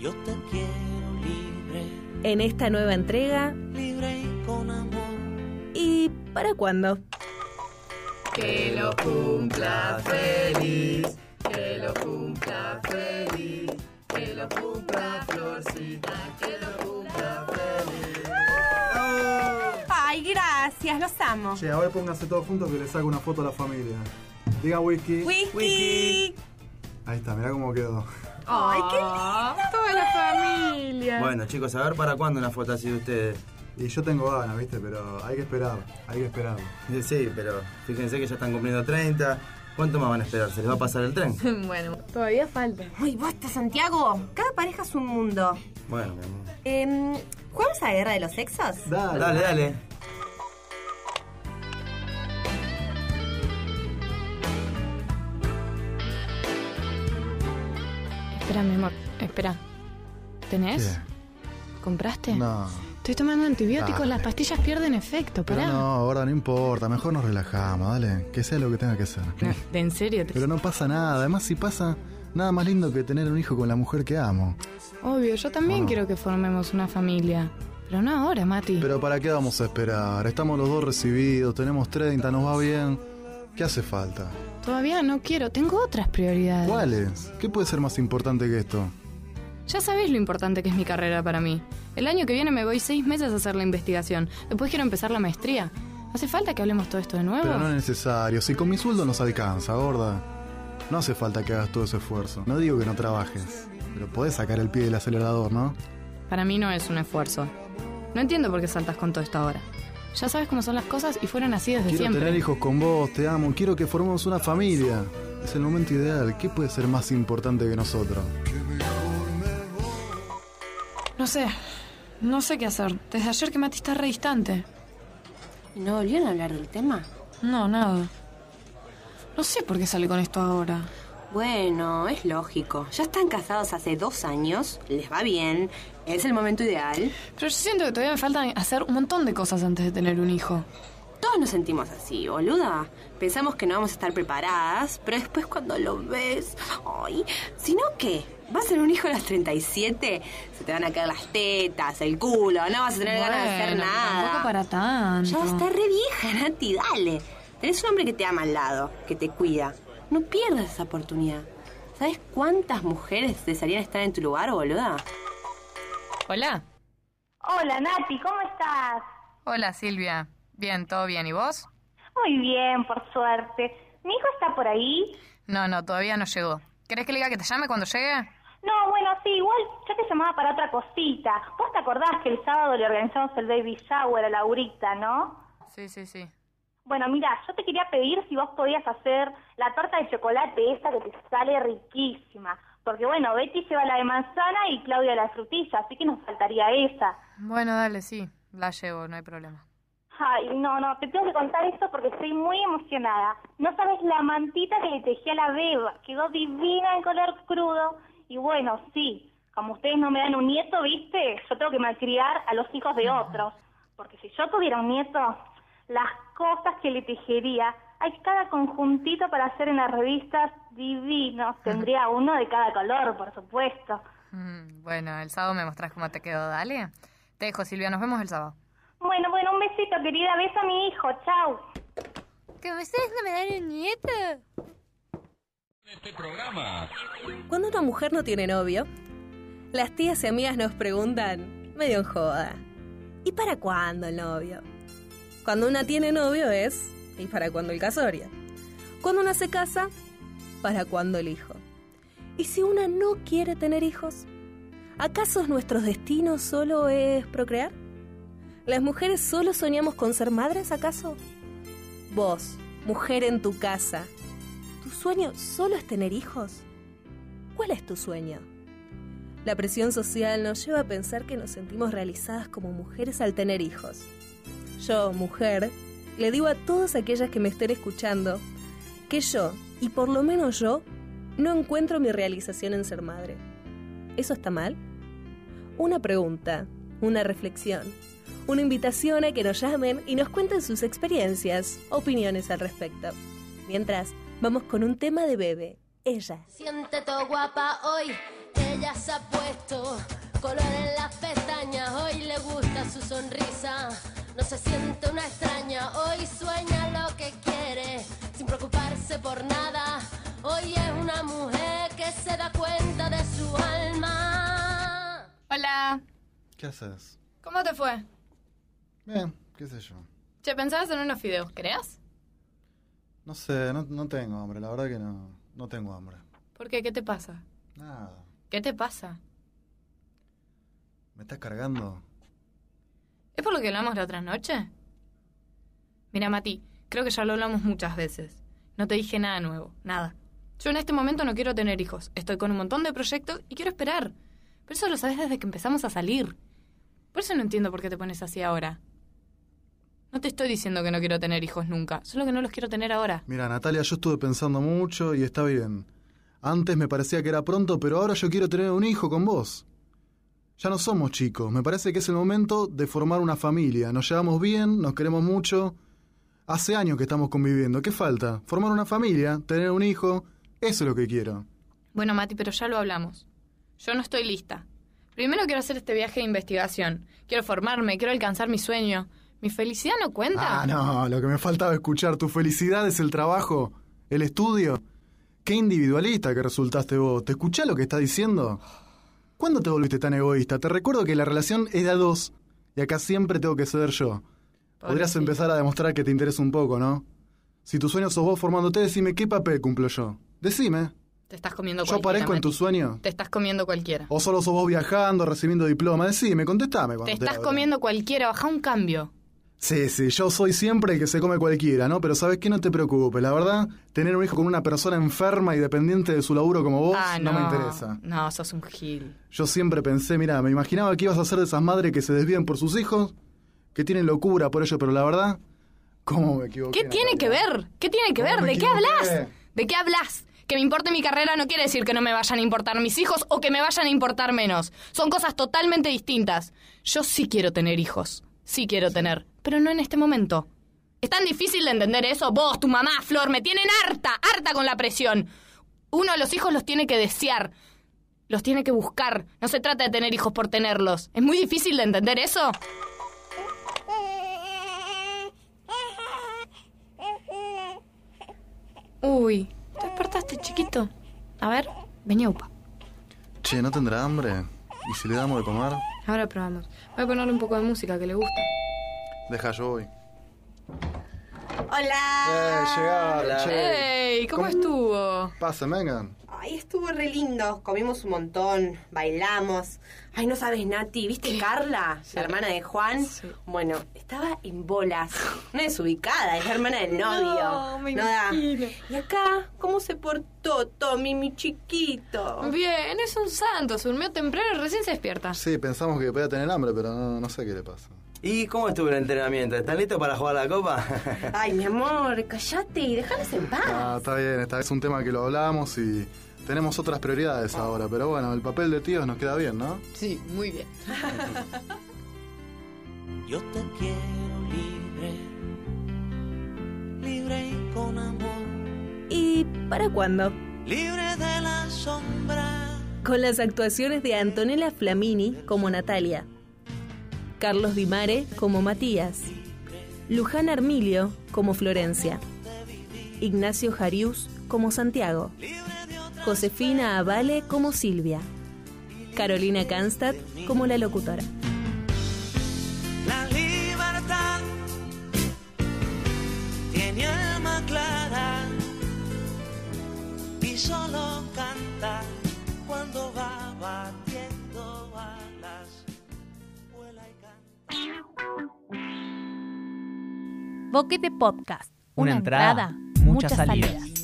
Yo te quiero libre, En esta nueva entrega, libre y con amor. ¿y para cuándo? Que lo cumpla feliz, que lo cumpla feliz, que lo cumpla Florcita, que lo cumpla feliz. Ay, gracias, los amo. Che, ahora pónganse todos juntos que les saco una foto a la familia. Diga whisky. Whisky. Ahí está, mirá cómo quedó. Ay, qué lindo. Toda la familia. Bueno, chicos, a ver para cuándo una foto así de ustedes. Y yo tengo ganas, viste, pero hay que esperar, hay que esperar. Eh, Sí, pero fíjense que ya están cumpliendo 30. ¿Cuánto más van a esperar? ¿Se les va a pasar el tren? Bueno, todavía falta. Uy, basta, Santiago. Cada pareja es un mundo. Bueno, mi amor. Em, ¿Jugamos a la guerra de los sexos? Dale. Dale, dale. Espera, mi amor, espera. ¿Tenés? ¿Compraste? No. Estoy tomando antibióticos, Dale. las pastillas pierden efecto, Pero pará. no, gorda, no importa. Mejor nos relajamos, dale. Que sea lo que tenga que ser. No, de en serio, te- Pero no pasa nada. Además, si pasa, nada más lindo que tener un hijo con la mujer que amo. obvio, yo también Bueno. quiero que formemos una familia. Pero no ahora, Mati. Pero ¿para qué vamos a esperar? Estamos los dos recibidos, tenemos 30, nos va bien. ¿Qué hace falta? Todavía no quiero, tengo otras prioridades. ¿Cuáles? ¿Qué puede ser más importante que esto? Ya sabés lo importante que es mi carrera para mí. El año que viene me voy seis meses a hacer la investigación. Después quiero empezar la maestría. ¿Hace falta que hablemos todo esto de nuevo? Pero no es necesario. Si con mi sueldo nos alcanza, gorda. No hace falta que hagas todo ese esfuerzo. No digo que no trabajes. Pero podés sacar el pie del acelerador, ¿no? Para mí no es un esfuerzo. No entiendo por qué saltas con todo esto ahora. Ya sabes cómo son las cosas y fueron así desde Quiero siempre. tener hijos con vos, te amo, quiero que formemos una familia. Es el momento ideal. ¿Qué puede ser más importante que nosotros? No sé, no sé qué hacer. Desde ayer que Mati está re distante. ¿Y no volvieron a hablar del tema? No, nada. No sé por qué sale con esto ahora. Bueno, es lógico. Ya están casados hace dos años, les va bien, es el momento ideal. Pero yo siento que todavía me faltan hacer un montón de cosas antes de tener un hijo. Todos nos sentimos así, boluda. Pensamos que no vamos a estar preparadas, pero después cuando lo ves, ay, sino que vas a ser un hijo a los 37, se te van a caer las tetas, el culo, no vas a tener ganas de hacer Bueno, pero nada. Tampoco para tanto. Ya vas a estar re vieja, Nati, dale. Tenés un hombre que te ama al lado, que te cuida. No pierdas esa oportunidad. ¿Sabes cuántas mujeres desearían estar en tu lugar, boluda? Hola. Hola Nati, ¿cómo estás? Hola, Silvia. Bien, ¿todo bien? ¿Y vos? Muy bien, por suerte. ¿Mi hijo está por ahí? No, no, todavía no llegó. ¿Querés que le diga que te llame cuando llegue? No, bueno, sí, igual yo te llamaba para otra cosita. Vos te acordás que el sábado le organizamos el baby shower a Laurita, ¿no? Sí, sí, sí. Bueno, mira, yo te quería pedir si vos podías hacer la torta de chocolate esta que te sale riquísima. Porque bueno, Betty lleva la de manzana y Claudia la de frutilla, así que nos faltaría esa. Bueno, dale, sí. La llevo, no hay problema. Ay, no, no, te tengo que contar esto porque estoy muy emocionada. No sabes la mantita que le tejí a la beba, quedó divina en color crudo. Y bueno, sí, como ustedes no me dan un nieto, ¿viste? Yo tengo que malcriar a los hijos de otros. Porque si yo tuviera un nieto, las cosas que le tejería, hay cada conjuntito para hacer en las revistas divinos. Tendría uno de cada color, por supuesto. Mm, Bueno, el sábado me mostrás cómo te quedó, dale. Te dejo, Silvia, nos vemos el sábado. Bueno, bueno, un besito, querida. Beso a mi hijo. Chau. ¿Que ustedes no me dan un nieto? Cuando una mujer no tiene novio, las tías y amigas nos preguntan, medio en joda, ¿y para cuándo el novio? Cuando una tiene novio es, ¿y para cuándo el casorio? Cuando una se casa, ¿para cuándo el hijo? ¿Y si una no quiere tener hijos? ¿Acaso nuestro destino solo es procrear? ¿Las mujeres solo soñamos con ser madres, acaso? Vos, mujer en tu casa, ¿tu sueño solo es tener hijos? ¿Cuál es tu sueño? La presión social nos lleva a pensar que nos sentimos realizadas como mujeres al tener hijos. Yo, mujer, le digo a todas aquellas que me estén escuchando que yo, y por lo menos yo, no encuentro mi realización en ser madre. ¿Eso está mal? Una pregunta, una reflexión, una invitación a que nos llamen y nos cuenten sus experiencias, opiniones al respecto. Mientras, vamos con un tema de bebé, ella. Siéntete guapa hoy, ella se ha puesto se siente una extraña, hoy sueña lo que quiere, sin preocuparse por nada. Hoy es una mujer que se da cuenta de su alma. Hola, ¿Qué haces? ¿cómo te fue? Bien, qué sé yo. Che, pensabas en unos fideos, ¿creas? No sé, no, no tengo hambre, la verdad que no. No tengo hambre. ¿Por qué? ¿Qué te pasa? Nada. ¿Qué te pasa? ¿Me estás cargando? ¿Es por lo que hablamos la otra noche? Mira, Mati, creo que ya lo hablamos muchas veces. No te dije nada nuevo, nada. Yo en este momento no quiero tener hijos. Estoy con un montón de proyectos y quiero esperar. Pero eso lo sabes desde que empezamos a salir. Por eso no entiendo por qué te pones así ahora. No te estoy diciendo que no quiero tener hijos nunca, solo que no los quiero tener ahora. Mira, Natalia, yo estuve pensando mucho y está bien. Antes me parecía que era pronto, pero ahora yo quiero tener un hijo con vos. Ya no somos chicos, me parece que es el momento de formar una familia. Nos llevamos bien, nos queremos mucho. Hace años que estamos conviviendo, ¿qué falta? Formar una familia, tener un hijo, eso es lo que quiero. Bueno, Mati, pero ya lo hablamos. Yo no estoy lista. Primero quiero hacer este viaje de investigación. Quiero formarme, quiero alcanzar mi sueño. ¿Mi felicidad no cuenta? Ah, no, lo que me faltaba escuchar, tu felicidad es el trabajo, el estudio. Qué individualista que resultaste vos, ¿te escuchás lo que está diciendo? ¿Cuándo te volviste tan egoísta? Te recuerdo que la relación es de a dos y acá siempre tengo que ceder yo. Podrías Pobrecito. empezar a demostrar que te interesa un poco, ¿no? Si tu sueño sos vos formándote, decime qué papel cumplo yo. Decime, Te estás comiendo ¿yo cualquiera. aparezco en Mati. tu sueño? Te estás comiendo cualquiera. ¿O solo sos vos viajando, recibiendo diploma? Decime, contestame cuando Te te, estás hable. comiendo cualquiera, baja un cambio. Sí, sí, yo soy siempre el que se come cualquiera, ¿no? Pero sabes que no te preocupes, la verdad, tener un hijo con una persona enferma y dependiente de su laburo como vos Ah, no. me interesa. No, sos un gil. Yo siempre pensé, mira, me imaginaba que ibas a ser de esas madres que se desvían por sus hijos, que tienen locura por ello, pero la verdad, ¿cómo me equivoqué? ¿Qué tiene que ver? ¿Qué tiene que ver? me ¿De qué equivoqué? hablas? ¿De qué hablas? Que me importe mi carrera no quiere decir que no me vayan a importar mis hijos o que me vayan a importar menos. Son cosas totalmente distintas. Yo sí quiero tener hijos. Sí quiero tener. Pero no en este momento. Es tan difícil de entender eso. Vos, tu mamá, Flor, me tienen harta, harta con la presión. Uno de los hijos los tiene que desear. Los tiene que buscar. No se trata de tener hijos por tenerlos. ¿Es muy difícil de entender eso? Uy, te despertaste, chiquito. A ver, vení, upa. Che, ¿no tendrá hambre? ¿Y si le damos de comer? Ahora probamos. Voy a ponerle un poco de música que le gusta. Deja, yo voy. Hola. llegaron, ¡Ey! ¿Cómo, estuvo? Pasen, vengan. Ay, estuvo re lindo. Comimos un montón, bailamos. Ay, no sabes, Nati, ¿viste Carla, la hermana de Juan? Bueno, estaba en bolas. No es ubicada, es la hermana del novio. No, me da. imagino. Y acá, ¿cómo se portó Tommy, mi chiquito? Bien, es un santo. Se durmió temprano y recién se despierta. Sí, pensamos que podía tener hambre, pero no, no sé qué le pasa. ¿Y cómo estuvo el entrenamiento? ¿Están listos para jugar la copa? Ay, mi amor, callate y déjanos en paz. Ah, está bien, está, es un tema que lo hablamos y tenemos otras prioridades ahora, pero bueno, el papel de tíos nos queda bien, ¿no? Sí, muy bien. Yo te quiero libre, libre y con amor, ¿Y para cuándo? libre de la sombra. Con las actuaciones de Antonella Flamini como Natalia, Carlos Di Mare como Matías, Luján Armilio como Florencia, Ignacio Jarius como Santiago, Josefina Avale como Silvia, Carolina Canstadt como la locutora. La libertad tiene alma clara y solo canta cuando va batiendo alas. Vuela y canta. Boquete Podcast. Una entrada, muchas salidas.